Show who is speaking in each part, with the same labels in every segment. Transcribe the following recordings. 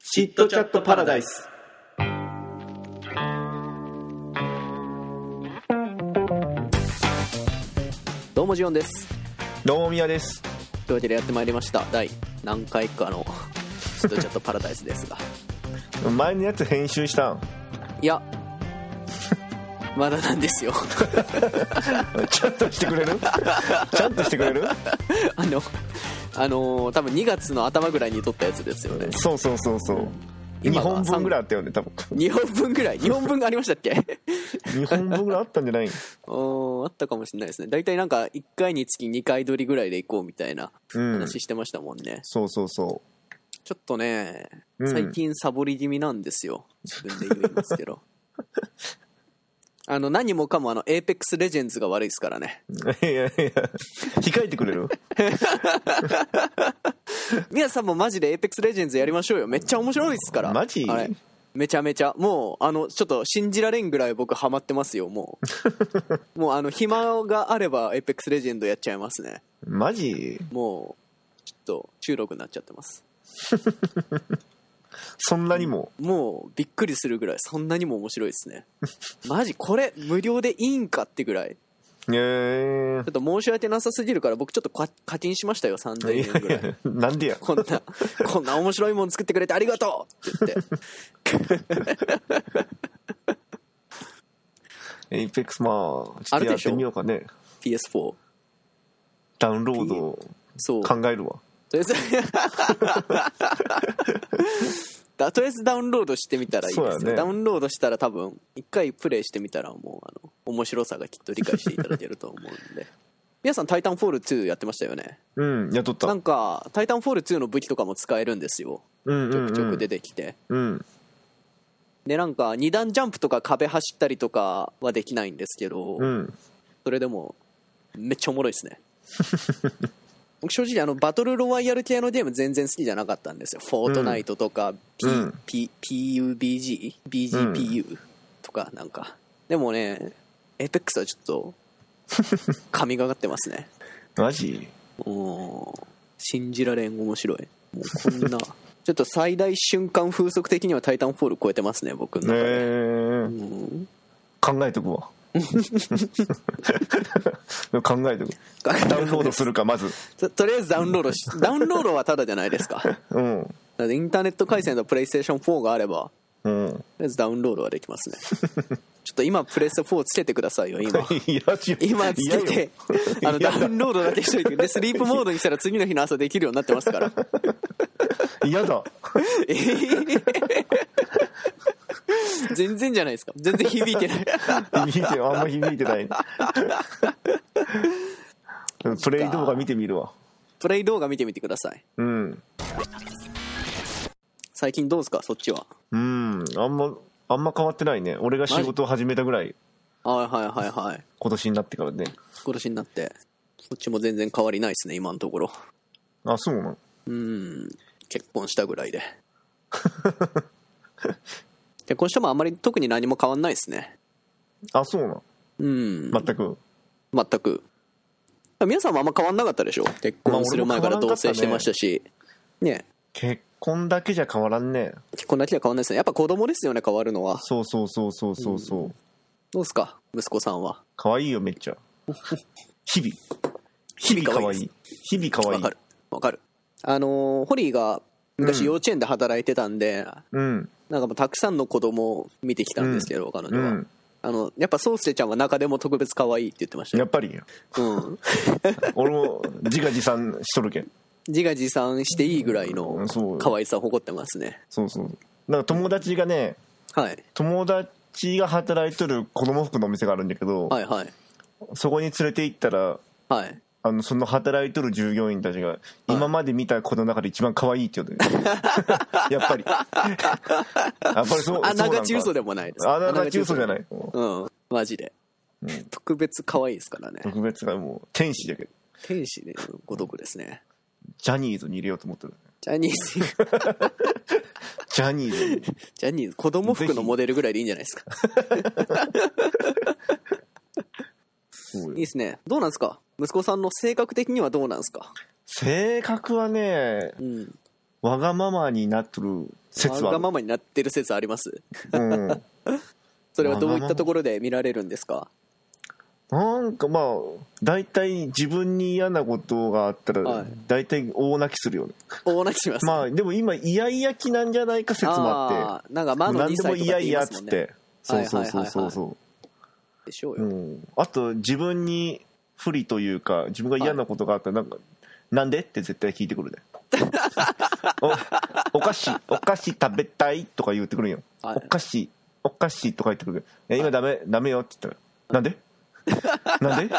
Speaker 1: チットチャットパラダイス。
Speaker 2: どうもジオンです
Speaker 3: どうも宮です。
Speaker 2: というわけでやってまいりました第何回かのちょっとちょっとパラダイスですが
Speaker 3: 前のやつ編集したん。
Speaker 2: いやまだなんですよ
Speaker 3: ちゃんとしてくれる？ちゃんとしてくれる？
Speaker 2: あのあのー多分2月の頭ぐらいに撮ったやつですよね
Speaker 3: そうそうそうそう。
Speaker 2: 今
Speaker 3: 2
Speaker 2: は
Speaker 3: 本分ぐらいあったよね多分。
Speaker 2: 2本分ぐらい2本分ありましたっけ
Speaker 3: 2本分ぐらいあったんじゃない？
Speaker 2: おーあったかもしれないですね大体なんか1回につき2回撮りぐらいで行こうみたいな
Speaker 3: うん。
Speaker 2: 話してましたもんね、
Speaker 3: そうそうそ
Speaker 2: ちょっとね
Speaker 3: うん
Speaker 2: 最近サボり気味なんですよ自分で言いま すけどあの何もかもあの APEX レジェンズが悪いですからね
Speaker 3: う。いやいや控えてくれる？
Speaker 2: 皆さんもマジで APEX レジェンズやりましょうよめっちゃ面白いですから
Speaker 3: マジ
Speaker 2: あれめちゃめちゃもうあのちょっと信じられんぐらい僕ハマってますよも うもうあの暇があれば APEX レジェンドやっちゃいますね
Speaker 3: マジ？
Speaker 2: もうちょっと中毒になっちゃってます
Speaker 3: そんなにも。
Speaker 2: もうびっくりするぐらいそんなにも面白いで すねマジこれ無料でいいんかってぐらい
Speaker 3: へえ
Speaker 2: ちょっと申し訳なさすぎるから僕ちょっと課課金しましたよ
Speaker 3: ー。い
Speaker 2: 3000円ぐら
Speaker 3: や
Speaker 2: い
Speaker 3: いやなんでや。
Speaker 2: こんな、 こんな面白いもん作ってくれてありがとうって言って。
Speaker 3: エイペックスまあちょ
Speaker 2: あ
Speaker 3: っと
Speaker 2: る
Speaker 3: やっ
Speaker 2: でしょ
Speaker 3: てみようかね。
Speaker 2: PS4。
Speaker 3: ダウンロードを
Speaker 2: そう。
Speaker 3: 考
Speaker 2: と
Speaker 3: えるわ。
Speaker 2: りあえず だ、とりあえずダウンロードしてみたらいいで
Speaker 3: そう
Speaker 2: す
Speaker 3: やね
Speaker 2: よ。ダウンロードしたら多分、一回プレイしてみたらもう、あの、面白さがきっと理解していただけると思うんで。皆さん、タイタンフォール2やってましたよね。
Speaker 3: うん。やっとった。
Speaker 2: な
Speaker 3: うん
Speaker 2: んか、タイタンフォール2の武器とかも使えるんですよ。
Speaker 3: うん
Speaker 2: ちょくち
Speaker 3: う
Speaker 2: ょく
Speaker 3: ん。
Speaker 2: 出てきて。
Speaker 3: うん。
Speaker 2: で、なんか、二段ジャンプとか壁走ったりとかはできないんですけど、
Speaker 3: うん。
Speaker 2: それでもめっちゃおもろいで すね僕正直あのバトルロワイヤル系のゲーム全然好きじゃなかったんですよ「フォートナイト」とか、P
Speaker 3: うん
Speaker 2: P PUBG BGPU とかなんかでもねエイペックスはちょっと 神がかってますね
Speaker 3: マジ？
Speaker 2: もう信じられん面白いもうこん なちょっと最大瞬間風速的には「タイタンフォール」超えてますね僕の
Speaker 3: ね
Speaker 2: 中で、
Speaker 3: え。
Speaker 2: うん
Speaker 3: 考えとく わ考えとくダウンロードするかまず
Speaker 2: ととりあえずダウンロー ドしダウンロードはただじゃないですかな
Speaker 3: うん
Speaker 2: のでインターネット回線とプレイステーション4があれば
Speaker 3: うん
Speaker 2: とりあえずダウンロードはできますね ちょっと今プレステ4つけてくださいよ今
Speaker 3: いやち
Speaker 2: 今つけてあの
Speaker 3: いや
Speaker 2: ダウンロードだけしといてでスリープモードにしたら次の日の朝できるようになってま すから
Speaker 3: 嫌だ
Speaker 2: えー全然じゃないですか全然響いてない
Speaker 3: 響いてあんま響いてない プレイ動画見てみるわ
Speaker 2: プレイ動画見てみてください
Speaker 3: うん
Speaker 2: 最近どうですかそっちは
Speaker 3: うんあんまあんま変わってないね俺が仕事を始めたぐらい
Speaker 2: はいはいはいはい
Speaker 3: 今年になってからね
Speaker 2: 今年になってそっちも全然変わりないですね今のところ
Speaker 3: あそうなの
Speaker 2: うん結婚したぐらいで 結婚してもあんまり特に何も変わんないですね
Speaker 3: あそうなの
Speaker 2: うん、
Speaker 3: 全く
Speaker 2: 全く皆さんもあんま変わんなかったでしょ結婚する前から同棲してましたしね
Speaker 3: 結婚だけじゃ変わらんね
Speaker 2: 結婚だけは変わんないですねやっぱ子供ですよね変わるのは
Speaker 3: そうそうそうそうそうそう
Speaker 2: どうですか息子さんは
Speaker 3: 可愛いよめっち ゃ日々
Speaker 2: 日々
Speaker 3: 可
Speaker 2: 可愛
Speaker 3: 愛
Speaker 2: いで
Speaker 3: い日々可
Speaker 2: す
Speaker 3: 愛
Speaker 2: わ
Speaker 3: い
Speaker 2: かるわかるあのーホリーが昔幼稚園で働いてたんで、
Speaker 3: うん
Speaker 2: なんかもうたくさんの子供を見てきたんですけど、彼
Speaker 3: う
Speaker 2: 女は、
Speaker 3: ん
Speaker 2: あのやっぱソーステちゃんは中でも特別可愛いって言ってました
Speaker 3: や
Speaker 2: よ
Speaker 3: っぱり
Speaker 2: うん
Speaker 3: 俺も自画自賛しとるけん
Speaker 2: 自画自賛していいぐらいの
Speaker 3: うんそう
Speaker 2: 可愛さを誇ってますね
Speaker 3: そうそうなんか友達がね
Speaker 2: はい
Speaker 3: 友達が働いとる子供服のお店があるんだけど、
Speaker 2: はいはい
Speaker 3: そこに連れて行ったら
Speaker 2: はい
Speaker 3: あのその働いとる従業員たちが今まで見た子の中で一番可愛いって言う て、やっぱりやっぱりそう
Speaker 2: あながち嘘
Speaker 3: で
Speaker 2: でもないです
Speaker 3: あながち嘘じゃ
Speaker 2: い
Speaker 3: ない
Speaker 2: うんマジで、特別可愛いですからね
Speaker 3: 特別がもう天使だけど
Speaker 2: 天使でごとくですね
Speaker 3: ジャニーズに入れようと思ってる
Speaker 2: ジャニーズ
Speaker 3: ジャニーズに
Speaker 2: ジャニーズ子供服のモデルぐらいでいいんじゃないです か
Speaker 3: そうよ
Speaker 2: いいですねどうなんですか息子さんの性格的にはどうなんですか
Speaker 3: 性格はね
Speaker 2: うん
Speaker 3: わがままになっとる説
Speaker 2: わ
Speaker 3: はあ
Speaker 2: が
Speaker 3: る
Speaker 2: ままになってる説あります
Speaker 3: うん、
Speaker 2: それはどういったところで見られるんですか
Speaker 3: なんかまあ大体自分に嫌なことがあった
Speaker 2: は
Speaker 3: ら
Speaker 2: い
Speaker 3: 大体大泣きするよね、
Speaker 2: 大泣きします
Speaker 3: まあでも今イヤイヤ期なんじゃないか説もあっ
Speaker 2: あーなんか
Speaker 3: て
Speaker 2: 魔の
Speaker 3: 何
Speaker 2: 2
Speaker 3: でも
Speaker 2: 歳と
Speaker 3: イヤ
Speaker 2: かって言
Speaker 3: イ
Speaker 2: い
Speaker 3: ヤ
Speaker 2: ま
Speaker 3: っ
Speaker 2: す
Speaker 3: つ
Speaker 2: も
Speaker 3: っ
Speaker 2: んね
Speaker 3: てそうそうそうそうそう、
Speaker 2: でしょうよ、
Speaker 3: うん、あと自分に不利というか自分が嫌なことがあったらなんか、なんでって絶対聞いてくる ねおお菓子お菓子食べたいとか言ってくるんよ、
Speaker 2: はい
Speaker 3: お菓子お菓子とか言ってくるいや今ダメ、ダメよって言ったらな んでなんで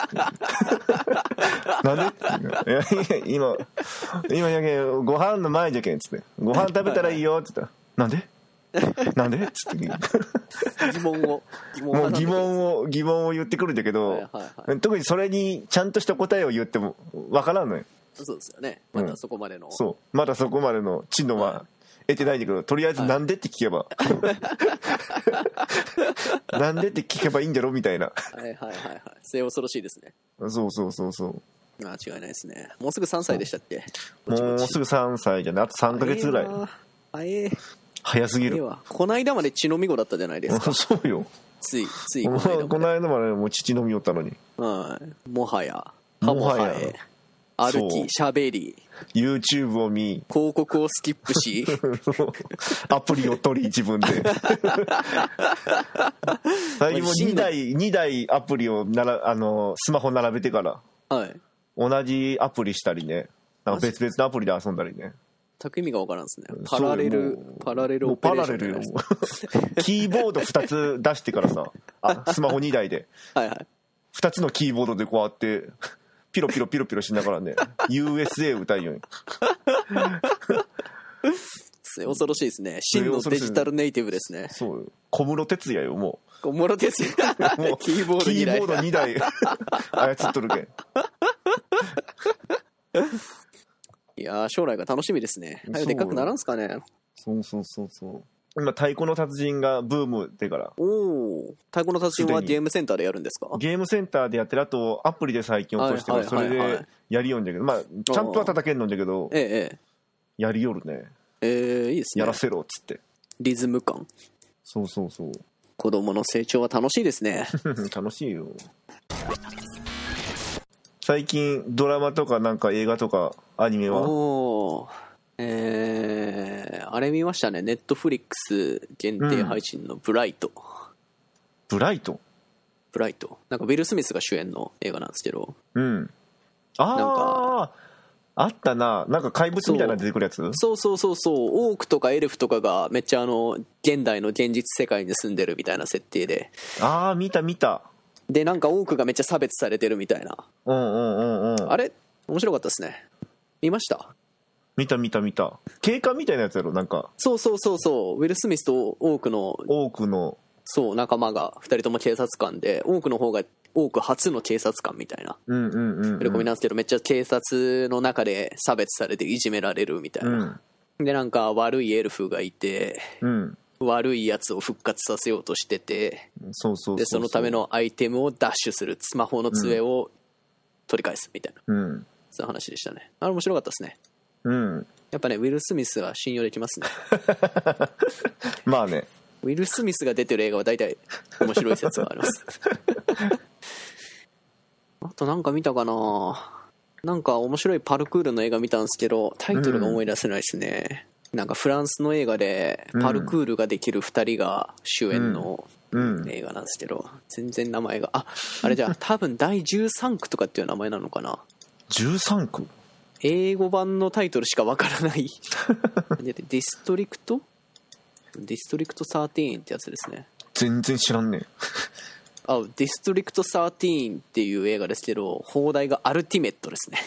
Speaker 3: なんで いやいや今今やけんご飯の前じゃけんっつってご飯食べたらいいよって言ったらなんでなんでっつって
Speaker 2: 疑問を疑問
Speaker 3: もう
Speaker 2: を
Speaker 3: 疑問を疑問を言ってくるんだけど、
Speaker 2: はいはい
Speaker 3: 特にそれにちゃんとした答えを言ってもわからんのよ
Speaker 2: そうですよねまだそこまでの、
Speaker 3: そうまだそこまでの知能は得てないんだけどとりあえず「なんで?」って聞け ば「なんで?」って聞けばいいんだろみたいな
Speaker 2: はいはいはいはい末恐ろしいですね
Speaker 3: そうそうそうそう
Speaker 2: あー違いないですねもうすぐ3歳でしたっけぼち
Speaker 3: も
Speaker 2: ぼ
Speaker 3: う
Speaker 2: ち
Speaker 3: すぐ3歳じゃないあと3か月ぐらい
Speaker 2: 早な早え
Speaker 3: 早すぎ
Speaker 2: 早え
Speaker 3: る
Speaker 2: わこないだまで血のみ子だったじゃな いですか
Speaker 3: そうよ
Speaker 2: ついついこ
Speaker 3: も
Speaker 2: な
Speaker 3: うこ
Speaker 2: い
Speaker 3: の間までもう父飲みよったのに
Speaker 2: だまで、うん、もはや歯
Speaker 3: も
Speaker 2: も
Speaker 3: はや
Speaker 2: 生え歩
Speaker 3: そう
Speaker 2: きしゃべり
Speaker 3: YouTube を見
Speaker 2: 広告をスキップ し
Speaker 3: アプリを取り自分 で最近もう2台二台アプリをならあのスマホ並べてから
Speaker 2: はい
Speaker 3: 同じアプリしたりねなんか別々のアプリで遊んだりね
Speaker 2: 全く意味がわからんですね
Speaker 3: そ
Speaker 2: パ
Speaker 3: う
Speaker 2: ラレル
Speaker 3: もう
Speaker 2: パラレル
Speaker 3: も
Speaker 2: オ
Speaker 3: う
Speaker 2: ペ
Speaker 3: パ
Speaker 2: レー
Speaker 3: ラ
Speaker 2: ショ
Speaker 3: レ
Speaker 2: ンじ
Speaker 3: ルよ
Speaker 2: ゃないです
Speaker 3: もう キーボード2つ出してからさあスマホ2台で
Speaker 2: はいはい
Speaker 3: 2つのキーボードでこうやってピロピロピロピロしながらね USA 歌いように
Speaker 2: 恐ろしいですね真のデジタルネイティブですね
Speaker 3: そうよ小室哲哉よも
Speaker 2: 小室哲
Speaker 3: うもう
Speaker 2: 哉 キーボード
Speaker 3: キ
Speaker 2: 嫌
Speaker 3: ー
Speaker 2: い
Speaker 3: ボード2台 操っとるけん
Speaker 2: いやー将来が楽しみですね早くでっかくならんすかね
Speaker 3: そうそうそうそう今太鼓の達人がブームでから
Speaker 2: おお太鼓の達人は
Speaker 3: すでに
Speaker 2: ゲームセンターでやるんですか
Speaker 3: ゲームセンターでやってるあとアプリで最近落として
Speaker 2: は
Speaker 3: る
Speaker 2: い
Speaker 3: そ
Speaker 2: はいは
Speaker 3: れ
Speaker 2: いはい
Speaker 3: でやりよんじゃけどまあちゃんとは叩けんのんじゃけど
Speaker 2: ええ
Speaker 3: やりよるね
Speaker 2: ええええいいですね
Speaker 3: やらせろっつって
Speaker 2: リズム感
Speaker 3: そうそうそう
Speaker 2: 子供の成長は楽しいですね
Speaker 3: 楽しいよ最近ドラマとかなんか映画とかアニメ
Speaker 2: お
Speaker 3: は
Speaker 2: おーえー、あれ見ましたねネットフリックス限定配信の「ブライト」
Speaker 3: ブライト
Speaker 2: ブライトなんかウィル・スミスが主演の映画なんですけど
Speaker 3: うんあああったななんか怪物みたいなの出てくるやつ
Speaker 2: そうそうそうそうオークとかエルフとかがめっちゃあの現代の現実世界に住んでるみたいな設定で
Speaker 3: ああ見た見た
Speaker 2: でなんかオークがめっちゃ差別されてるみたいな
Speaker 3: うんうんうんうん
Speaker 2: あれ面白かったですね見ました
Speaker 3: 見た見た見た警官みたいなやつやろなんか
Speaker 2: そうそうそうそうウィル・スミスとオークの
Speaker 3: 多くの
Speaker 2: そう仲間が2人とも警察官で多くの方が多く初の警察官みたいな
Speaker 3: うんうんうん、うん、
Speaker 2: 触れ込みなんですけど、めっちゃ警察の中で差別されていじめられるみたいうな、
Speaker 3: ん
Speaker 2: でなんか悪いエルフがいて
Speaker 3: うん
Speaker 2: 悪いやつを復活させようとしてて
Speaker 3: そうそううう
Speaker 2: でそのためのアイテムを奪取するスマホの杖を取り返すみたいな、
Speaker 3: うん
Speaker 2: そういう話でしたねあれ面白かったですね
Speaker 3: うん
Speaker 2: やっぱねウィル・スミスは信用できますね
Speaker 3: まあね
Speaker 2: ウィル・スミスが出てる映画は大体面白い説はあります あとなんか見たかななんか面白いパルクールの映画見たんですけどタイトルが思い出せないですね、なんかフランスの映画でパルクールができる2人が主演
Speaker 3: うんう
Speaker 2: の
Speaker 3: ん
Speaker 2: 映画なんですけど、全然名前がああれじゃあ多分第13区とかっていう名前なのかな
Speaker 3: 13区
Speaker 2: 英語版のタイトルしかわからないでディストリクトディストリクト13ってやつですね
Speaker 3: 全然知らんね
Speaker 2: あディストリクト13っていう映画ですけど放題がアルティメットですね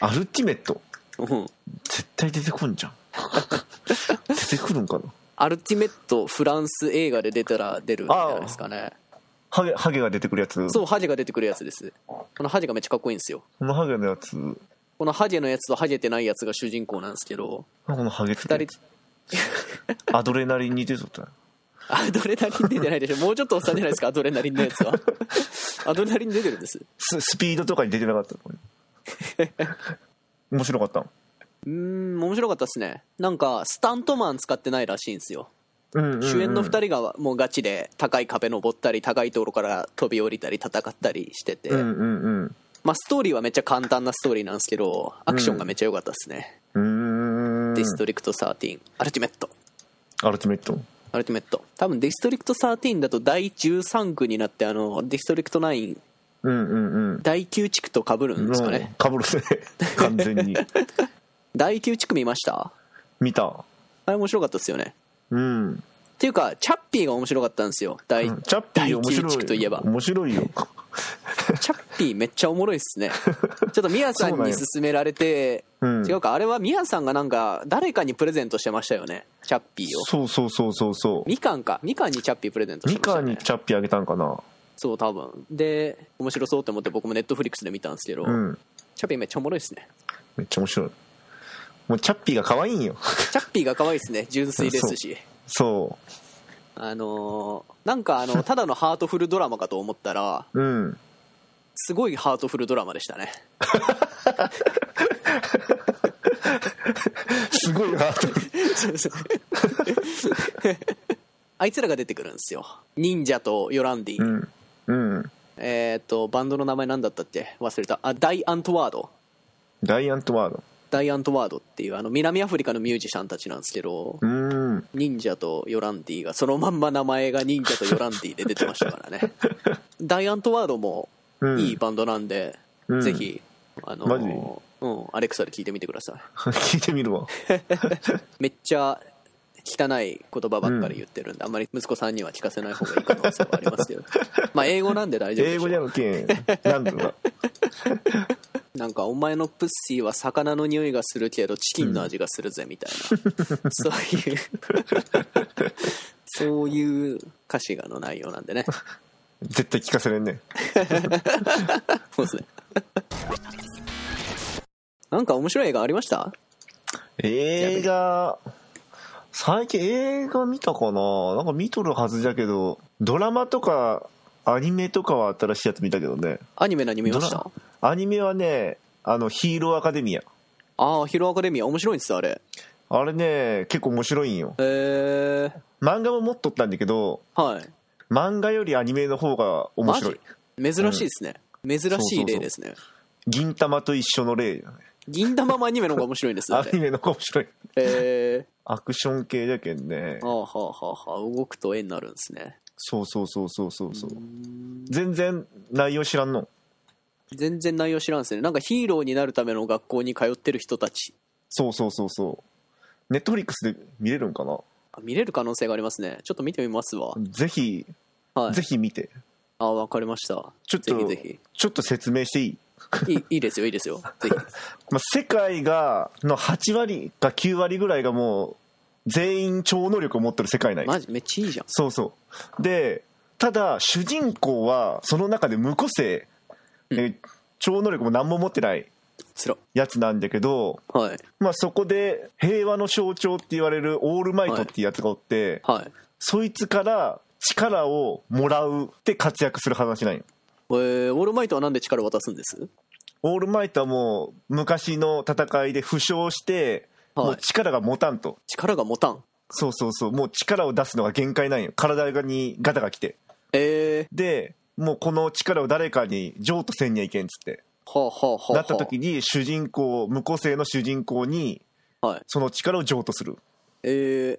Speaker 3: アルティメット
Speaker 2: うん
Speaker 3: 絶対出てこん じゃん出てくるんかな
Speaker 2: アルティメットフランス映画で出たら出るんじゃないですかね
Speaker 3: ハゲハゲが出てくるやつ
Speaker 2: そううハゲが出てくるやつですこのハゲがめっちゃかっこいいんですよ
Speaker 3: このハゲのやつ
Speaker 2: このハゲのやつとハゲてないやつが主人公なんですけど
Speaker 3: このハゲつ
Speaker 2: 2人
Speaker 3: アドレナリンに出とった
Speaker 2: アドレナリン出てないでしょもうちょっとおっさんじゃないですかアドレナリンのやつはアドレナリン出てるんです
Speaker 3: ススピードとかに出てなかったこれ面白かった
Speaker 2: うーん面白かったですねなんかスタントマン使ってないらしいんですよ
Speaker 3: うんうんうん
Speaker 2: 主演の2人がもうガチで高い壁登ったり高いところから飛び降りたり戦ったりしてて、
Speaker 3: うんうん
Speaker 2: まあ、ストーリーはめっちゃ簡単なストーリーなんですけどアクションがめっちゃ良かったですね、
Speaker 3: うんうーん
Speaker 2: ディストリクト13アルティメット
Speaker 3: アルティメット
Speaker 2: アルティメット多分ディストリクト13だと第13区になってあのディストリクト9
Speaker 3: うんうん
Speaker 2: 第9地区と被る
Speaker 3: うんん
Speaker 2: ですかね、
Speaker 3: かぶるっすね完全に
Speaker 2: 第9地区見ました
Speaker 3: 見た
Speaker 2: あれ面白かったですよね
Speaker 3: うん
Speaker 2: っていうかチャッピーが面白かったんですよ第,、
Speaker 3: チャッピ
Speaker 2: 第
Speaker 3: ー面白
Speaker 2: 9
Speaker 3: い
Speaker 2: 地区といえば
Speaker 3: 面白いよ
Speaker 2: チャッピーめっちゃおもろい っすねちょっとミヤさんに勧められて、
Speaker 3: うん
Speaker 2: 違うかあれはミヤさんがなんか誰かにプレゼントしてましたよねチャッピーを
Speaker 3: そうそうそうそうそう
Speaker 2: みかんかみかんにチャッピープレゼントし
Speaker 3: ミ
Speaker 2: ました
Speaker 3: カ
Speaker 2: ね
Speaker 3: にチャッピーあげたんかな
Speaker 2: そう多分で面白そうと思って僕もネットフリックスで見たんですけど、
Speaker 3: うん
Speaker 2: チャッピーめっちゃおもろいっすね
Speaker 3: めっちゃ面白いもうチャッピーが可愛いんよ
Speaker 2: チャッピーが可愛いっすね純粋ですし
Speaker 3: そ
Speaker 2: あのーなんかあのただのハートフルドラマかと思ったら
Speaker 3: ううん
Speaker 2: すごいハートフルドラマ でしたね
Speaker 3: すごいなと
Speaker 2: そうそうあいつらが出てくるんですよ忍者とヨランディ、
Speaker 3: うんうん
Speaker 2: えっ、とバンドの名前なんだったっけ忘れたあダイアントワード
Speaker 3: ダイアントワード
Speaker 2: ダイアントワードっていうあの南アフリカのミュージシャンたちなんですけど
Speaker 3: うーん
Speaker 2: 忍者とヨランディがそのまんま名前が忍者とヨランディで出てましたか らねダイアントワードも
Speaker 3: うん
Speaker 2: いいバンドなんで、
Speaker 3: うん
Speaker 2: ぜひあの
Speaker 3: マジ
Speaker 2: うん、アレクサで聞いてみてください
Speaker 3: 聞いてみるわ
Speaker 2: めっちゃ汚い言葉ばっかり言ってるんで、あんまり息子さんには聞かせない方がいい可能性はあります けどまあ英語なんで大丈夫で
Speaker 3: 英
Speaker 2: しょ
Speaker 3: 語じゃなくてなんだろ
Speaker 2: なんかお前のプッシーは魚の匂いがするけどチキンの味がするぜみたいな、そういうそういう歌詞がの内容なんでね
Speaker 3: う絶対聞かせれんね
Speaker 2: そうですねなんか面白い映画ありました
Speaker 3: 映画最近映画見たかななんか見とるはずじゃけどドラマとかアニメとかは新しいやつ見たけどね
Speaker 2: アニメ何見まし
Speaker 3: ド
Speaker 2: た
Speaker 3: ラアニメはねあのヒーローアカデミア
Speaker 2: ああヒロアカデミア面白いんですよあれ
Speaker 3: あれね結構面白いんよ
Speaker 2: へえ
Speaker 3: 漫画も持っとったんだけど
Speaker 2: はい
Speaker 3: 漫画よりアニメの方が面白い
Speaker 2: マジ珍しいですね、珍しい例ですね
Speaker 3: 銀玉と一緒の例だね
Speaker 2: 銀玉もアニメの方が面白いんですよ
Speaker 3: ア
Speaker 2: あ
Speaker 3: ニ メ
Speaker 2: れ
Speaker 3: の方が面白い
Speaker 2: え
Speaker 3: アクション系だけんね
Speaker 2: ー、ああはあはあはあ動くと絵になるんですね
Speaker 3: そうそうそうそうそうそう全然内容知らんの
Speaker 2: 全然内容知らんすねなんかヒーローになるための学校に通ってる人たち
Speaker 3: そうそうそうそうネットフリックスで見れるんかな
Speaker 2: あ見れる可能性がありますねちょっと見てみますわ
Speaker 3: ぜひ、
Speaker 2: はい
Speaker 3: ぜひ見て
Speaker 2: あわかりました
Speaker 3: ちょっと
Speaker 2: ぜひぜ
Speaker 3: ちょっと説明していい、
Speaker 2: ひいいいいですよいいで すよぜ
Speaker 3: まあ、世界がの8割か9割ぐらいがもう全員超能力を持ってる世界内
Speaker 2: ひマジめっちゃいいじゃん
Speaker 3: そうそうでただ主人公はその中で無個性、え超能力も何も持ってない
Speaker 2: つら
Speaker 3: やつなんだけど、
Speaker 2: はい
Speaker 3: まあ、そこで平和の象徴って言われるオールマイトっていうやつがおって、
Speaker 2: はい
Speaker 3: そいつから力をもらうって活躍する話なんよ
Speaker 2: えー、オールマイトはなんで力を渡すんです
Speaker 3: オールマイトはもう昔の戦いで負傷して、
Speaker 2: はい
Speaker 3: もう力が持たんと
Speaker 2: 力が持たん
Speaker 3: そうそうそうもう力を出すのが限界なんよ体にガタが来て
Speaker 2: え
Speaker 3: でもうこの力を誰かに譲渡せんにはいけんっつって
Speaker 2: ー、はあはあはあはあ
Speaker 3: なった時に主人公無個性の主人公に
Speaker 2: はい
Speaker 3: その力を譲渡する
Speaker 2: えー、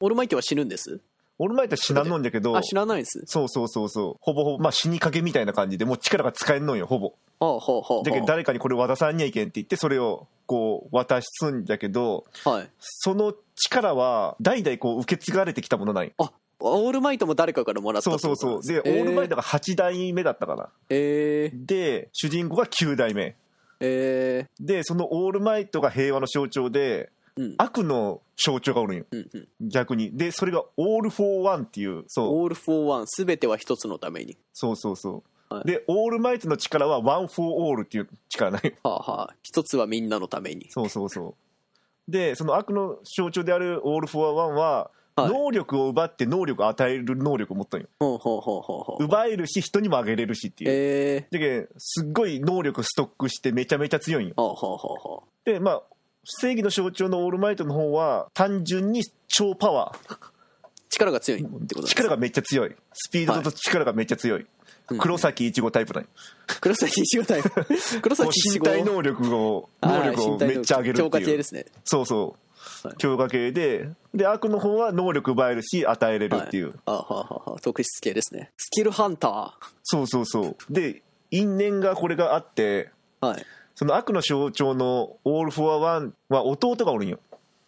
Speaker 2: オールマイトは死ぬんです
Speaker 3: オールマイトは死なんのんだけど
Speaker 2: あ死なないんです
Speaker 3: そうそうそうそうほぼほぼ、まあ、死にかけみたいな感じでもう力が使えんのんよほぼ
Speaker 2: はあはあはあ
Speaker 3: だけど
Speaker 2: は
Speaker 3: 誰かにこれ渡さんにゃいけんって言ってそれをこう渡すんだけど
Speaker 2: あはい
Speaker 3: その力は代々こう受け継がれてきたものない
Speaker 2: あオールマイトも誰かからもらった
Speaker 3: そう
Speaker 2: って
Speaker 3: そ
Speaker 2: こ
Speaker 3: う
Speaker 2: とな
Speaker 3: そ
Speaker 2: ん
Speaker 3: うで、
Speaker 2: すね
Speaker 3: オールマイトが8代目だったかな
Speaker 2: えー、
Speaker 3: で主人公が9代目
Speaker 2: え
Speaker 3: でそのオールマイトが平和の象徴で
Speaker 2: ー、うん
Speaker 3: 悪の象徴がおるんよ
Speaker 2: うんうん
Speaker 3: 逆にでそれがオール・フォー・ワンっていうそう
Speaker 2: オール・フォー・ワンすべては一つのために
Speaker 3: そうそうそう、
Speaker 2: はい
Speaker 3: でオールマイトの力はワン・フォー・オールっていう力ない
Speaker 2: はあはあ一つはみんなのために
Speaker 3: そうそうそう。で、その悪の象徴であるオール・フォア・ワンは、
Speaker 2: はい
Speaker 3: 能力を奪って能力を与える能力を持ったんよ。
Speaker 2: ほうほうほうほうほう
Speaker 3: 奪えるし、人にもあげれるしっていう。
Speaker 2: え
Speaker 3: だけどすっごい能力ストックしてめちゃめちゃ強いんよ。
Speaker 2: ー、はあはあはあは
Speaker 3: で、まあ、正義の象徴のオールマイトの方は単純に超パワー
Speaker 2: 力が強いってことなんです
Speaker 3: 力がめっちゃ強いスピードと力がめっちゃ強い、
Speaker 2: うん
Speaker 3: 黒崎一護タイプなんよ
Speaker 2: 黒崎一護タ イプ黒
Speaker 3: もう
Speaker 2: 崎一
Speaker 3: 身
Speaker 2: 護
Speaker 3: 体能力を能力をめっちゃ上げる
Speaker 2: 強
Speaker 3: っ
Speaker 2: 化
Speaker 3: て
Speaker 2: 系
Speaker 3: い
Speaker 2: で
Speaker 3: う
Speaker 2: すね
Speaker 3: そうそう強化系でで悪の方は能力奪えるし与えれるっていう、
Speaker 2: はい、あはあはあはあ特質系ですねスキルハンタ
Speaker 3: そうそうそうで因縁がこれがあって
Speaker 2: ーはい
Speaker 3: その悪の象徴のオール・フォア・ワンは弟がおるんよ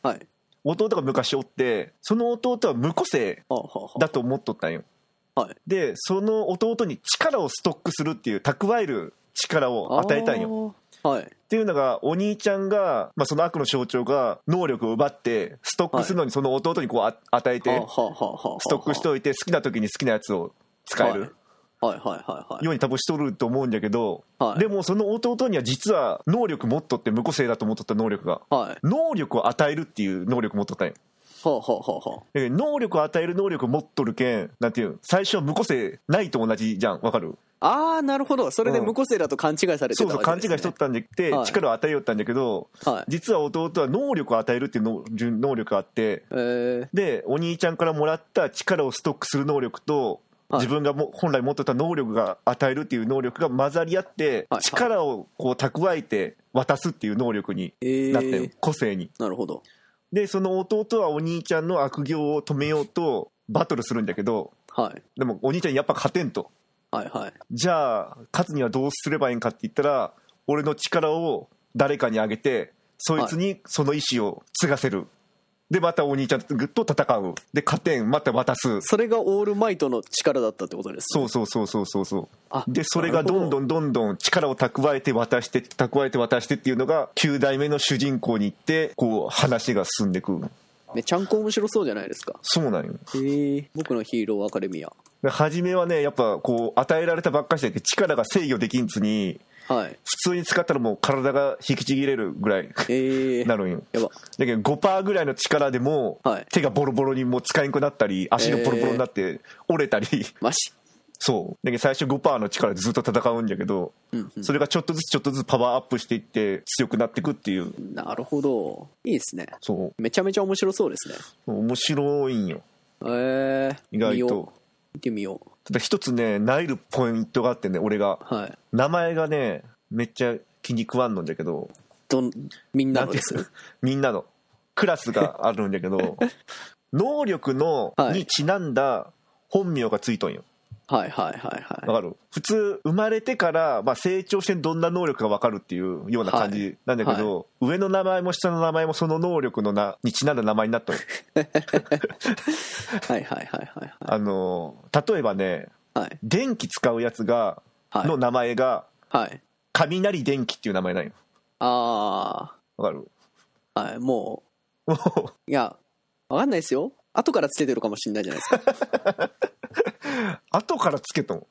Speaker 2: はい
Speaker 3: 弟が昔おってその弟は無個性
Speaker 2: あはあは
Speaker 3: だと思っとったんよ
Speaker 2: あはい
Speaker 3: でその弟に力をストックするっていう蓄える力を与えたんよ
Speaker 2: あーはい
Speaker 3: っていうのがお兄ちゃんが、まあ、その悪の象徴が能力を奪ってストックするのにその弟にこうあ与え
Speaker 2: はあ
Speaker 3: て
Speaker 2: はあはあはあはあ
Speaker 3: ストックしておいて好きな時に好きなやつを使える
Speaker 2: はいはいはいはい
Speaker 3: ように多分しとると思うんだけど、
Speaker 2: はい
Speaker 3: でもその弟には実は能力持っとって無個性だと思っとった能力が
Speaker 2: はいはい
Speaker 3: 能力を与えるっていう能力持っとったんよ
Speaker 2: はあはあはあは
Speaker 3: だけど能力を与える能力を持っとるけんなんていうん最初は無個性ないと同じじゃんわかる
Speaker 2: ああーなるほどそれで無個性だと勘違いされて
Speaker 3: そう
Speaker 2: た
Speaker 3: そう
Speaker 2: わ
Speaker 3: 勘
Speaker 2: け
Speaker 3: 違い
Speaker 2: です、
Speaker 3: し
Speaker 2: ね、
Speaker 3: とったんじゃって、
Speaker 2: はい
Speaker 3: 力を与えよったんだけど
Speaker 2: はい
Speaker 3: 実は弟は能力を与えるっていうの順能力があって
Speaker 2: えー、
Speaker 3: でお兄ちゃんからもらった力をストックする能力と、
Speaker 2: はい
Speaker 3: 自分がも本来持ってた能力が与えるっていう能力が混ざり合って、
Speaker 2: はい
Speaker 3: 力をこう蓄えて渡すっていう能力に
Speaker 2: えー、
Speaker 3: なってる、個性に
Speaker 2: なるほど
Speaker 3: でその弟はお兄ちゃんの悪行を止めようとバトルするんだけど
Speaker 2: はい
Speaker 3: でもお兄ちゃんやっぱ勝てんと
Speaker 2: はいはい
Speaker 3: じゃあ勝つにはどうすればいいんかって言ったら俺の力を誰かにあげてそいつにその意思を継がせる、でまたお兄ちゃんとぐっと戦うで勝てんまた渡す
Speaker 2: それがオールマイトの力だったってことですね
Speaker 3: そうそうそうそうそうそ
Speaker 2: あ
Speaker 3: うでそれがどんどんどんどん力を蓄えて渡して蓄えて渡してっていうのが9代目の主人公に行ってこう話が進んでく
Speaker 2: めちゃんこ面白そうじゃないですか
Speaker 3: そうなんよ
Speaker 2: へー僕のヒーローアカデミア
Speaker 3: で初めはねやっぱこう与えられたばっかしで力が制御できんつに
Speaker 2: はい
Speaker 3: 普通に使ったらもう体が引きちぎれるぐらい
Speaker 2: えー、
Speaker 3: なるんよ
Speaker 2: やば
Speaker 3: だけど5%ぐらいの力でも
Speaker 2: はい
Speaker 3: 手がボロボロにもう使えんくなったり足がボロボロになって折れたり、
Speaker 2: マジ
Speaker 3: そうだけど最初5%の力でずっと戦うんだけど、
Speaker 2: うんう
Speaker 3: それがちょっとずつちょっとずつパワーアップしていって強くなっていくっていうん
Speaker 2: なるほどいいですね
Speaker 3: そ
Speaker 2: めちゃめちゃ面白そうですね
Speaker 3: う面白いんよ
Speaker 2: えー、
Speaker 3: 意外と
Speaker 2: 見よう見てみよう
Speaker 3: ただ一つねなえるポイントがあってね俺が
Speaker 2: はい
Speaker 3: 名前がねめっちゃ気に食わんのんだけど
Speaker 2: どんみんな
Speaker 3: なん
Speaker 2: の
Speaker 3: てい
Speaker 2: で
Speaker 3: う
Speaker 2: す
Speaker 3: のみんなのクラスがあるんだけ ど能力の
Speaker 2: はい
Speaker 3: にちなんだ本名がついとんよ
Speaker 2: はいはいはいはい
Speaker 3: わかる普通生まれてから、まあ、成長してどんな能力がわかるっていうような感じなんだけど、上の名前も下の名前もその能力のなにちなんだ名前になったの
Speaker 2: はいはいはいはいは
Speaker 3: あの例えばね
Speaker 2: いはい
Speaker 3: 電気使うやつが
Speaker 2: はい
Speaker 3: の名前が
Speaker 2: はい
Speaker 3: 雷電気っていう名前なんよ
Speaker 2: あ
Speaker 3: わかる
Speaker 2: あはいも
Speaker 3: もう
Speaker 2: ういやわかんないですよ後からつけてるかもしれないじゃないです か
Speaker 3: 後からつけとん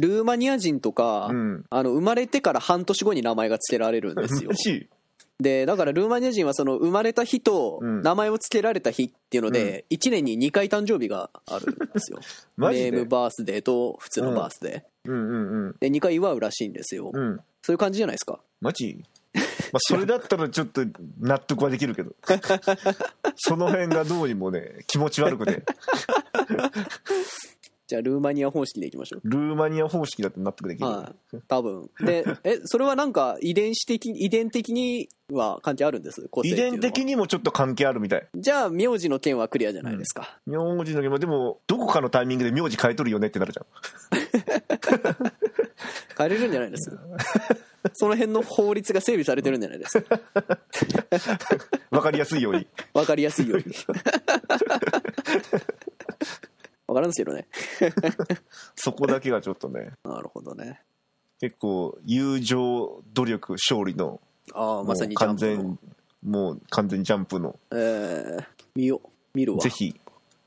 Speaker 2: ルーマニア人とか、
Speaker 3: うん
Speaker 2: あの生まれてから半年後に名前が付けられるんですよ
Speaker 3: 嬉しい
Speaker 2: でだからルーマニア人はその生まれた日と
Speaker 3: うん
Speaker 2: 名前を付けられた日っていうので1年に2回誕生日があるんですよ
Speaker 3: マ
Speaker 2: ネ
Speaker 3: ジ
Speaker 2: ー
Speaker 3: で
Speaker 2: ムバースデーと普通のバースデー、
Speaker 3: うんうん
Speaker 2: で2回祝うらしいんですよ、
Speaker 3: うんうん
Speaker 2: そういう感じじゃないですか
Speaker 3: マジまあそれだったらちょっと納得はできるけ どその辺がどうにもね気持ち悪くて
Speaker 2: じゃあルーマニア方式でいきましょう
Speaker 3: ルーマニア方式だって納得できる、
Speaker 2: はい、多分でえそれはなんか遺伝子的遺伝的には関係あるんです個性っ
Speaker 3: 遺
Speaker 2: ていうのは
Speaker 3: 伝的にもちょっと関係あるみたい
Speaker 2: じゃあ名字の件はクリアじゃないですか、
Speaker 3: 名字のまあでもどこかのタイミングで名字変えとるよねってなるじゃん
Speaker 2: 変えれるんじゃないですかその辺の法律が整備されてるんじゃないですか
Speaker 3: わかりやすいように
Speaker 2: わかりやす いようにわからんですけどね
Speaker 3: そこだけがちょっとね
Speaker 2: なるほどね
Speaker 3: 結構友情努力勝利の
Speaker 2: ああまさに
Speaker 3: もう
Speaker 2: ジャ
Speaker 3: 完
Speaker 2: ンプの
Speaker 3: 全もう完全ジャンプの
Speaker 2: えー、見よう見るわ
Speaker 3: ぜひ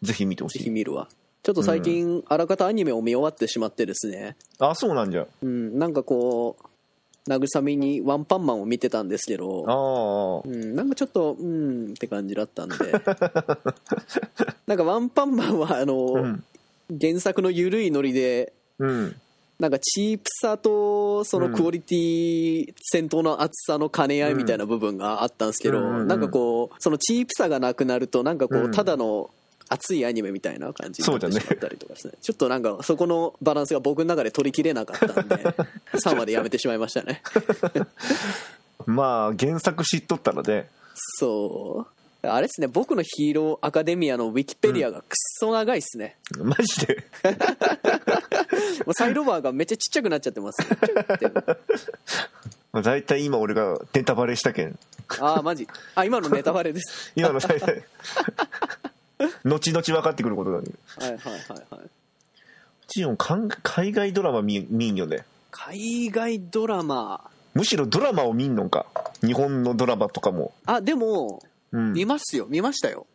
Speaker 3: ぜひ見てほし
Speaker 2: ぜ
Speaker 3: い
Speaker 2: ひ見るわちょっと最近、あらかたアニメを見終わってしまってですね
Speaker 3: あそうなんじゃ
Speaker 2: うんなんかこう慰めにワンパンマンを見てたんですけど
Speaker 3: ああ
Speaker 2: うん、なんかちょっとうんって感じ だったんでなんかワンパンマンはあの、
Speaker 3: うん
Speaker 2: 原作の緩いノリで
Speaker 3: うん
Speaker 2: なんかチープさとそのクオリティ戦闘の厚さの兼ね合いみたいな部分があったんですけど、
Speaker 3: うんうんうんうん
Speaker 2: なんかこうそのチープさがなくなるとなんかこ
Speaker 3: うん
Speaker 2: うただの熱いアニメみたいな感じになって
Speaker 3: そう
Speaker 2: し
Speaker 3: だ
Speaker 2: ま
Speaker 3: ね
Speaker 2: ったりとかですねちょっとなんかそこのバランスが僕の中で取りきれなかったんで 3話でやめてしまいましたね
Speaker 3: まあ原作知っとったらね
Speaker 2: そうあれですね僕のヒーローアカデミアのウィキペディアがクソ長いっすね、
Speaker 3: マジで
Speaker 2: もうサイドバーがめっちゃちっちゃくなっちゃってます、ね、 ちょいって
Speaker 3: 大体今俺がネタバレしたけん
Speaker 2: ああマジあ今のネタバレです
Speaker 3: 今の大体後々分かってくることだね
Speaker 2: はいはいはいはい
Speaker 3: ジオンかん海外ドラマ見見んよね
Speaker 2: 海外ドラマ
Speaker 3: むしろドラマを見んのんか日本のドラマとかも、
Speaker 2: あでも、
Speaker 3: うん、
Speaker 2: 見ますよ見ましたよ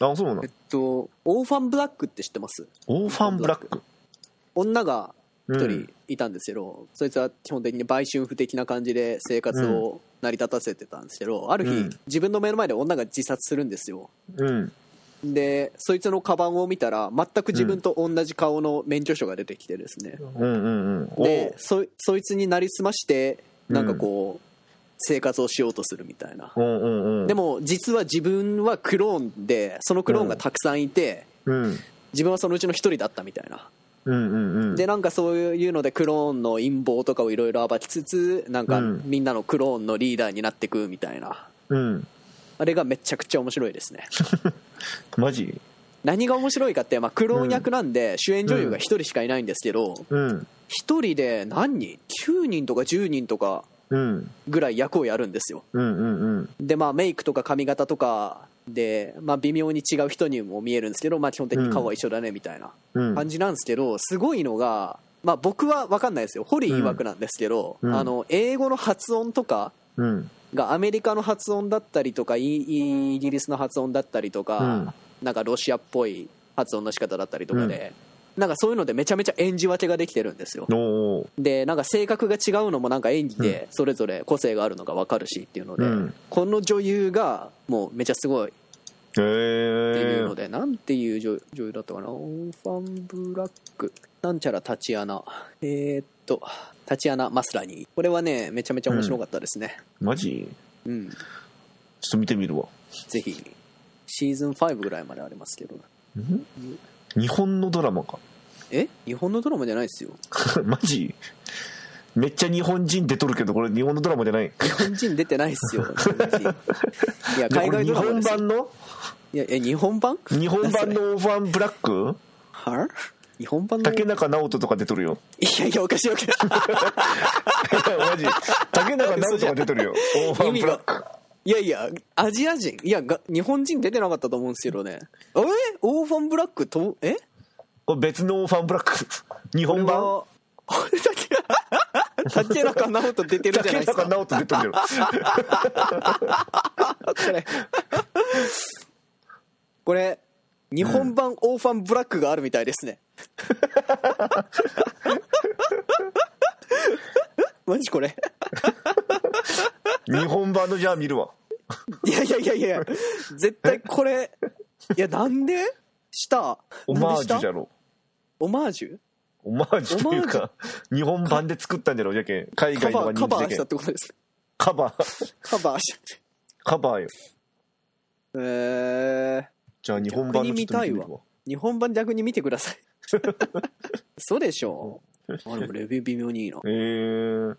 Speaker 3: あそうなの
Speaker 2: えっとオーファンブラックって知ってます
Speaker 3: オーファンブラック
Speaker 2: 女が一
Speaker 3: う
Speaker 2: 人
Speaker 3: ん
Speaker 2: いたんですけど、そいつは基本的に売春婦的な感じで生活を成り立たせてたんですけど、ある日、
Speaker 3: うん
Speaker 2: 自分の目の前で女が自殺するんですよ
Speaker 3: うん
Speaker 2: でそいつのカバンを見たら全く自分と同じ顔の免許証が出てきてですね、
Speaker 3: うんうんうんお
Speaker 2: でそそいつになりすましてなんかこう、生活をしようとするみたいな、
Speaker 3: うんうんうん
Speaker 2: でも実は自分はクローンでそのクローンがたくさんいて、
Speaker 3: うん
Speaker 2: 自分はそのうちの一人だったみたいな、
Speaker 3: うんうんうん
Speaker 2: でなんかそういうのでクローンの陰謀とかをいろいろ暴きつつなんか
Speaker 3: うん
Speaker 2: みんなのクローンのリーダーになってくみたいな
Speaker 3: うん
Speaker 2: あれがめちゃくちゃ面白いですね
Speaker 3: マジ
Speaker 2: 何が面白いかって、まあ、クローン役なんで主演女優が一人しかいないんですけど
Speaker 3: うん
Speaker 2: 一人で何人9人とか10人とか
Speaker 3: うん
Speaker 2: ぐらい役をやるんですよ
Speaker 3: うんうんうん
Speaker 2: でまあメイクとか髪型とかで、まあ、微妙に違う人にも見えるんですけど、まあ、基本的に顔は一緒だねみたいな
Speaker 3: うん
Speaker 2: 感じなんですけどすごいのが、まあ、僕は分かんないですよホリー曰くなんですけど、
Speaker 3: うん
Speaker 2: あの英語の発音とか
Speaker 3: うん
Speaker 2: がアメリカの発音だったりとかイイイギリスの発音だったりとか、
Speaker 3: うん
Speaker 2: なんかロシアっぽい発音の仕方だったりとかで、なんかそういうのでめちゃめちゃ演じ分けができてるんですよ
Speaker 3: おー
Speaker 2: でなんか性格が違うのもなんか演技でそれぞれ個性があるのが分かるしっていうので、
Speaker 3: うん
Speaker 2: この女優がもうめちゃすごい
Speaker 3: へ
Speaker 2: っていう
Speaker 3: え
Speaker 2: ので、なんていう女女優だったかなオーファン・ブラックなんちゃらタチアナえーっとタチアナ・マスラニーこれはねめちゃめちゃ面白かったですね
Speaker 3: マジ
Speaker 2: うん、
Speaker 3: ちょっと見てみるわ
Speaker 2: ぜひシーズン5ぐらいまでありますけど
Speaker 3: ん日本のドラマか
Speaker 2: え日本のドラマじゃないですよ
Speaker 3: マジめっちゃ日本人出とるけどこれ日本のドラマじゃない
Speaker 2: 日本人出てないっすよ日本人いや海外ドラマ
Speaker 3: 日本
Speaker 2: ですよ
Speaker 3: 版の
Speaker 2: いやえ日本版
Speaker 3: 日本版のオーファンブラック
Speaker 2: は日本版の
Speaker 3: 竹中直人とか出とるよ
Speaker 2: いやいや、おかしいおかしい。
Speaker 3: マジ竹中直人が出とるよオーファ
Speaker 2: 意
Speaker 3: ン
Speaker 2: 味
Speaker 3: ブラッ
Speaker 2: が
Speaker 3: ク。
Speaker 2: いやいや、アジア人。いや、が日本人出てなかったと思うんですけどね。えオーファンブラックと、え
Speaker 3: これ別のオーファンブラック日本版
Speaker 2: これは 竹中直人出てるじゃな
Speaker 3: 竹
Speaker 2: いです
Speaker 3: 中
Speaker 2: か。
Speaker 3: 直人出とるよ
Speaker 2: これ。 これ、日本版オーファンブラックがあるみたいですね。 マジこれ。
Speaker 3: 日本版のじゃあ見るわ
Speaker 2: いやいやいやいや、絶対これ、いや、なんでした
Speaker 3: オマージュじゃろ
Speaker 2: オマージュ
Speaker 3: オマージュという
Speaker 2: オマ
Speaker 3: か日本版で作ったんじゃろじゃけん海
Speaker 2: カ
Speaker 3: 外のが
Speaker 2: バー、カ
Speaker 3: 人
Speaker 2: バ
Speaker 3: 気
Speaker 2: ー
Speaker 3: じ
Speaker 2: し
Speaker 3: ゃけん
Speaker 2: たってことです。
Speaker 3: カバー
Speaker 2: カバーした。
Speaker 3: カバーよ
Speaker 2: えー、
Speaker 3: じゃあ日本版のちょっと見てみ
Speaker 2: 逆に見た
Speaker 3: る
Speaker 2: い
Speaker 3: わ
Speaker 2: 日本版逆に見てください。そうでしょあ、でもレビュー微妙にいいな。
Speaker 3: えー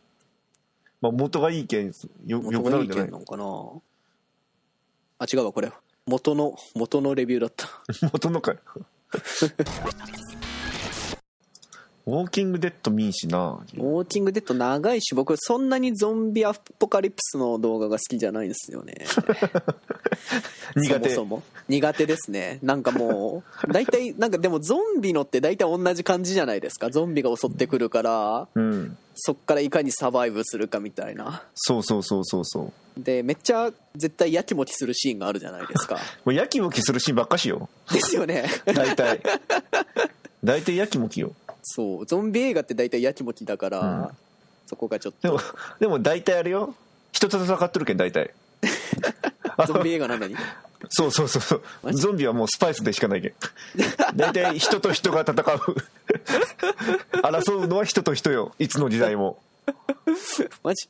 Speaker 3: まあ元がいいけんよよくなる
Speaker 2: 元の
Speaker 3: ん
Speaker 2: 意
Speaker 3: じゃない
Speaker 2: 見なのかなあ、違うわ、これ。元の、元のレビューだった。
Speaker 3: 元のかよウォーキングデッド見んしな
Speaker 2: ウォーキングデッド長いし、僕そんなにゾンビアポカリプスの動画が好きじゃないんですよね。
Speaker 3: 苦手
Speaker 2: そもそも苦手ですねなんかもう大体なんかでもゾンビのって大体同じ感じじゃないですかゾンビが襲ってくるから
Speaker 3: うん
Speaker 2: そっからいかにサバイブするかみたいな
Speaker 3: そうそうそうそうそうも
Speaker 2: でめっちゃ絶対やきもきするシーンがあるじゃないですか
Speaker 3: うやきもきするシーンばっかしよ
Speaker 2: ですよね
Speaker 3: 大体 大体やきもきよ
Speaker 2: そうゾンビ映画って大体やきもきだから、
Speaker 3: うん
Speaker 2: そこがちょっ
Speaker 3: で
Speaker 2: と
Speaker 3: もでも大体あれよ人と戦っとるけん大体あ
Speaker 2: ゾンビ映画なのに
Speaker 3: そうそうそうそうゾンビはもうスパイスでしかないけん 大体人と人が戦う争うのは人と人よいつの時代も
Speaker 2: マジ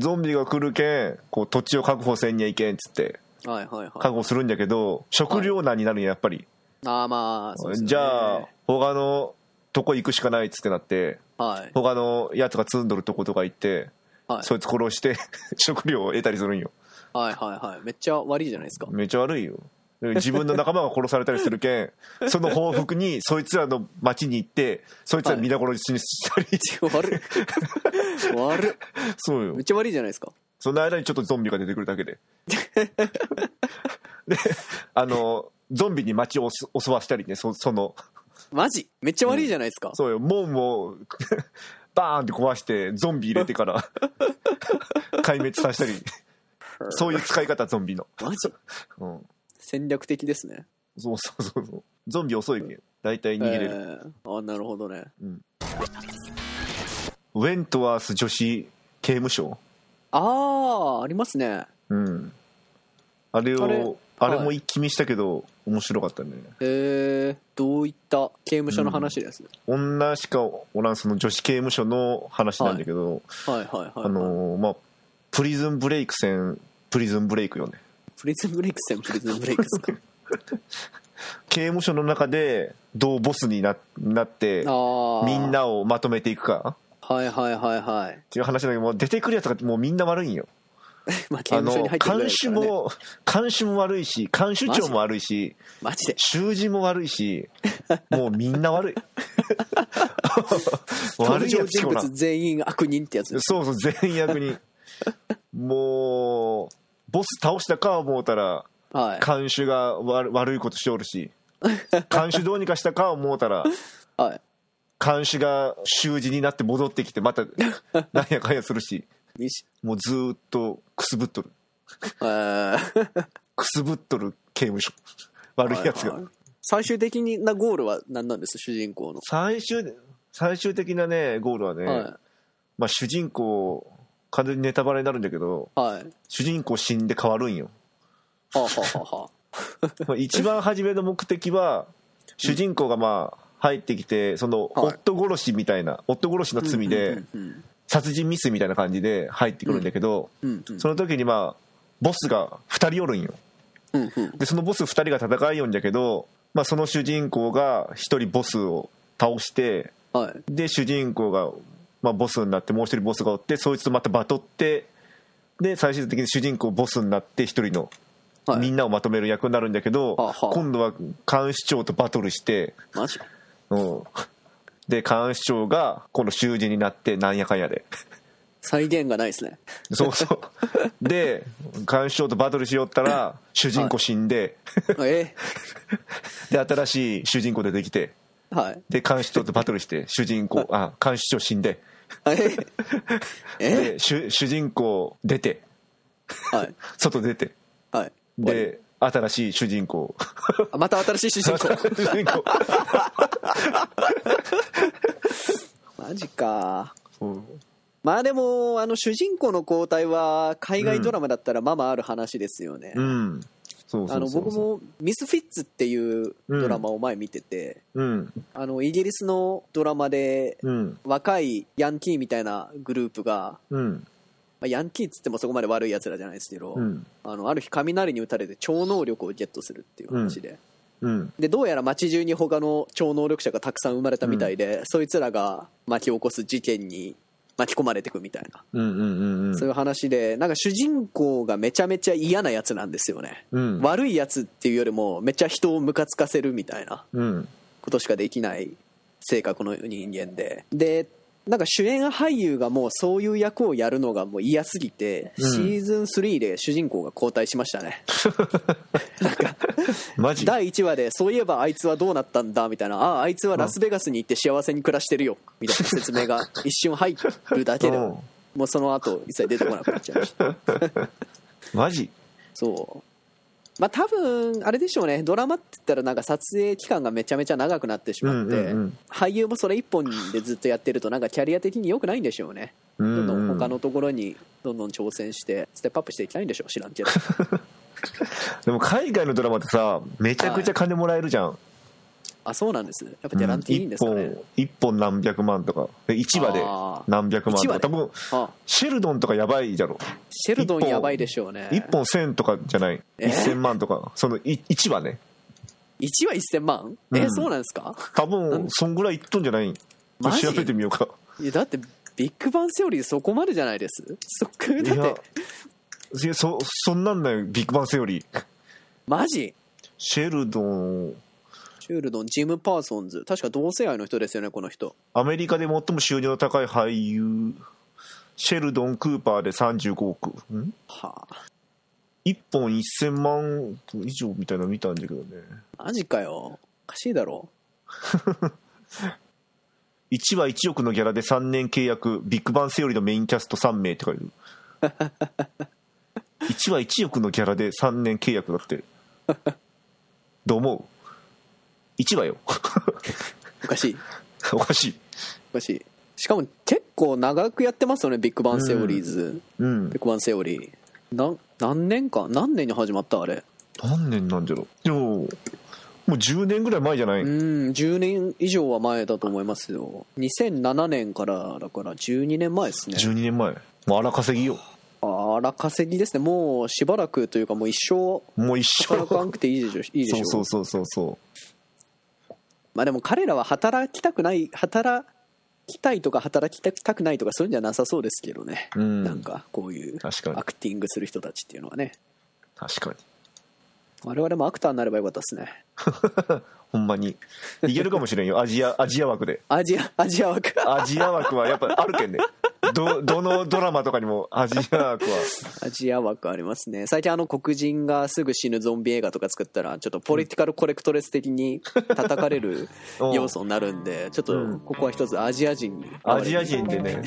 Speaker 3: ゾンビが来るけんこう土地を確保せんにゃいけんっつって
Speaker 2: はいはいはい
Speaker 3: 確保するんじゃけど食糧難になるんややっぱり、
Speaker 2: ああまあそうですよね
Speaker 3: じゃあ他のとこ行くしかないっつってなって
Speaker 2: はい
Speaker 3: 他のやつが積んどるとことか行って、
Speaker 2: はい
Speaker 3: そいつ殺して 食料を得たりするんよ
Speaker 2: はいはいはいめっちゃ悪いじゃないですか
Speaker 3: めっちゃ悪いよ自分の仲間が殺されたりするけんその報復にそいつらの町に行ってそいつら皆殺しにしたり、
Speaker 2: 悪い悪い
Speaker 3: そうよ
Speaker 2: めっちゃ悪いじゃないですか
Speaker 3: その間にちょっとゾンビが出てくるだけ でであのゾンビに町を襲襲わしたりねそその
Speaker 2: マジめっちゃ悪いじゃないですか、
Speaker 3: そうよ門をバーンって壊してゾンビ入れてから 壊滅させたりそういう使い方ゾンビの、
Speaker 2: マジ
Speaker 3: うん、
Speaker 2: 戦略的ですね
Speaker 3: そうそうそうそうゾンビ遅いけん大体逃げれる、
Speaker 2: えーあなるほどね
Speaker 3: ウェントワース女子刑務所
Speaker 2: ああありますね
Speaker 3: うんあれを
Speaker 2: あ
Speaker 3: あ
Speaker 2: れ
Speaker 3: れ
Speaker 2: は
Speaker 3: も
Speaker 2: い
Speaker 3: 一気見したけど、面白かったね
Speaker 2: えー、どういった刑務所の話です、
Speaker 3: 女しかおらんその女子刑務所の話なんだけど、
Speaker 2: はいはいはい、
Speaker 3: あのーまあプリズンブレイク戦プリズンブレイクよね
Speaker 2: プリズンブレイク戦プリズンブレイク ですか
Speaker 3: 刑務所の中でどうボスにななって
Speaker 2: ああ
Speaker 3: みんなをまとめていくか
Speaker 2: はいはいはいはい
Speaker 3: っていう話なんだけどもう出てくるやつがもうみんな悪いんよ
Speaker 2: まあ刑
Speaker 3: あ
Speaker 2: 務所
Speaker 3: の
Speaker 2: に入ってるぐら
Speaker 3: 看
Speaker 2: いですか
Speaker 3: 守
Speaker 2: ら、ね、
Speaker 3: も看守も悪いし看守長も悪いし
Speaker 2: マジで
Speaker 3: 囚人も悪いしもうみんな悪 い
Speaker 2: 登
Speaker 3: 悪い
Speaker 2: 場
Speaker 3: やつし
Speaker 2: 人
Speaker 3: かおらん
Speaker 2: 物全員悪人ってやつです
Speaker 3: そうそう全役にもうボス倒したか思うたら
Speaker 2: はい
Speaker 3: 看守が悪悪いことしておるし看守どうにかしたか思うたら
Speaker 2: はい
Speaker 3: 看守が囚人になって戻ってきてまたなんやかんやするし
Speaker 2: みし
Speaker 3: もうずーっとくすぶっとる
Speaker 2: えー
Speaker 3: くすぶっとる刑務所悪いやつが、
Speaker 2: はは最終的なゴールは何なんです主人公の、
Speaker 3: 最終最終的なねゴールはね、
Speaker 2: は
Speaker 3: まあ、主人公完全にネタバレになるんだけど
Speaker 2: いはい
Speaker 3: 主人公死んで変わるんよ
Speaker 2: はあはあはあはあ
Speaker 3: まあ一番初めの目的は主人公がまあ入ってきてその
Speaker 2: はい
Speaker 3: 夫殺しみたいな夫殺しの罪で
Speaker 2: うん
Speaker 3: 殺人未遂みたいな感じで入ってくるんだけど
Speaker 2: うんうん
Speaker 3: その時にまあボスが2人おるんよ
Speaker 2: うんうん
Speaker 3: でそのボス2人が戦いよんじゃけどまあその主人公が1人ボスを倒して
Speaker 2: はい
Speaker 3: で主人公がまあボスになってもう1人ボスがおってそいつとまたバトってで最終的に主人公ボスになって1人の
Speaker 2: はい
Speaker 3: みんなをまとめる役になるんだけど、
Speaker 2: はあはあ
Speaker 3: 今度は監視長とバトルして、
Speaker 2: マジ
Speaker 3: うん、で監視長が今度囚人になってなんやかんや で
Speaker 2: 再現がないですね
Speaker 3: そうそうで監視長とバトルしよったら主人公死んで、
Speaker 2: え
Speaker 3: で新しい主人公出てきて
Speaker 2: ーはい
Speaker 3: で監視長とバトルして主人公あ監視長死んで
Speaker 2: えーえ
Speaker 3: で主主人公出て
Speaker 2: ーはい
Speaker 3: 外出て
Speaker 2: はい終わり
Speaker 3: で新しい主人公
Speaker 2: あまた新しい主人公
Speaker 3: 主人公
Speaker 2: マジか
Speaker 3: うん
Speaker 2: まあでもあの主人公の交代は海外ドラマだったらまあまあある話ですよね、
Speaker 3: うんそう
Speaker 2: あ
Speaker 3: そ
Speaker 2: の
Speaker 3: うそう
Speaker 2: 僕
Speaker 3: そう
Speaker 2: も「ミスフィッツ」っていうドラマを前見てて、
Speaker 3: うん
Speaker 2: あのイギリスのドラマで
Speaker 3: うん
Speaker 2: 若いヤンキーみたいなグループが、
Speaker 3: うん
Speaker 2: まあ、ヤンキーっつってもそこまで悪いやつらじゃないですけど、
Speaker 3: うん
Speaker 2: あのある日雷に打たれて超能力をゲットするっていう話で、
Speaker 3: うん
Speaker 2: でどうやら街中に他の超能力者がたくさん生まれたみたいで、そいつらが巻き起こす事件に巻き込まれていくみたいな、
Speaker 3: うんうんうんうん
Speaker 2: そういう話でなんか主人公がめちゃめちゃ嫌なやつなんですよね、
Speaker 3: うん
Speaker 2: 悪いやつっていうよりもめっちゃ人をムカつかせるみたいな
Speaker 3: うん
Speaker 2: ことしかできない性格の人間ででなんか主演俳優がもうそういう役をやるのがもう嫌すぎて、
Speaker 3: うん
Speaker 2: シーズン3で主人公が交代しましたねなんか
Speaker 3: マジ
Speaker 2: 第1話でそういえばあいつはどうなったんだみたいなあああいつはラスベガスに行って幸せに暮らしてるよみ たいな説明が一瞬入るだけで
Speaker 3: うん
Speaker 2: もうその後一切出てこなくなっちゃいました
Speaker 3: マジ
Speaker 2: そうまあ多分あれでしょうねドラマって言ったらなんか撮影期間がめちゃめちゃ長くなってしまっ
Speaker 3: う
Speaker 2: て、
Speaker 3: んうんうん
Speaker 2: 俳優もそれ一本でずっとやってるとなんかキャリア的に良くないんでしょうね
Speaker 3: う
Speaker 2: どん
Speaker 3: ん
Speaker 2: ど
Speaker 3: うんん
Speaker 2: 他のところにどんどん挑戦してステップアップしていきたいんでしょう知らんけど
Speaker 3: でも海外のドラマってさめちゃくちゃ金もらえるじゃん、
Speaker 2: あそうなんですねやっぱデランティーいいんですかね、
Speaker 3: 1本何百万とかで市場で何百万と
Speaker 2: あー
Speaker 3: か多分
Speaker 2: あ
Speaker 3: シェルドンとかやばいじゃろ
Speaker 2: シェルドン
Speaker 3: 一本
Speaker 2: やばいでしょうね
Speaker 3: 1本1000とかじゃない
Speaker 2: えー
Speaker 3: 1000万とかそのい市場ね
Speaker 2: 1は1000万え、
Speaker 3: うん
Speaker 2: そうなんですか
Speaker 3: 多分そんぐらいいっとんじゃない
Speaker 2: マジ
Speaker 3: 調べてみようか
Speaker 2: いやだってビッグバンセオリーそこまでじゃないですそっか
Speaker 3: い
Speaker 2: だっ
Speaker 3: や
Speaker 2: て
Speaker 3: いやそそんなんだよビッグバンセオリー
Speaker 2: マジ
Speaker 3: シェルドン
Speaker 2: シュールドンジム・パーソンズ確か同性愛の人ですよねこの人
Speaker 3: アメリカで最も収入の高い俳優シェルドン・クーパーで35億ん
Speaker 2: は
Speaker 3: 1本1000万以上みたいなの見たんだけどね
Speaker 2: あマジかよおかしいだろ
Speaker 3: 1は1億のギャラで3年契約ビッグバンセオリーのメインキャスト3名って書いて ある1は1億のギャラで3年契約だってどう思う1はよ
Speaker 2: おかしい
Speaker 3: おかしい
Speaker 2: おかしいしかも結構長くやってますよねビッグバンセオリーズ、
Speaker 3: うん
Speaker 2: ビッグバンセオリーなん何年か何年に始まったあれ
Speaker 3: 何年なんじゃろでももう10年ぐらい前じゃない、
Speaker 2: うん10年以上は前だと思いますよ2007年からだから12年前ですね
Speaker 3: 12年前もう荒稼ぎよ
Speaker 2: あら稼ぎですねもうしばらくというかもう一生
Speaker 3: もう一生
Speaker 2: 働かなくていいでしょいいでしょ
Speaker 3: そうそうそうそうそ
Speaker 2: まあでも彼らは働きたくない働きたいとか働きたくないとかそういうんじゃなさそうですけどね、
Speaker 3: ううん
Speaker 2: なんかこういう
Speaker 3: 確かに
Speaker 2: アクティングする人たちっていうのはね
Speaker 3: 確かに
Speaker 2: 我々もアクターになればよかったですね
Speaker 3: ほんまにいけるかもしれんよアジアアジア枠で
Speaker 2: アジアアジア枠
Speaker 3: アジア枠はやっぱあるけんねどどのドラマとかにもアジア枠は
Speaker 2: アジア枠ありますね最近あの黒人がすぐ死ぬゾンビ映画とか作ったらちょっとポリティカルコレクトレス的に叩かれる
Speaker 3: うん
Speaker 2: 要素になるんでちょ
Speaker 3: う
Speaker 2: っと
Speaker 3: ん
Speaker 2: ここは一つアジア人に
Speaker 3: アジア人でね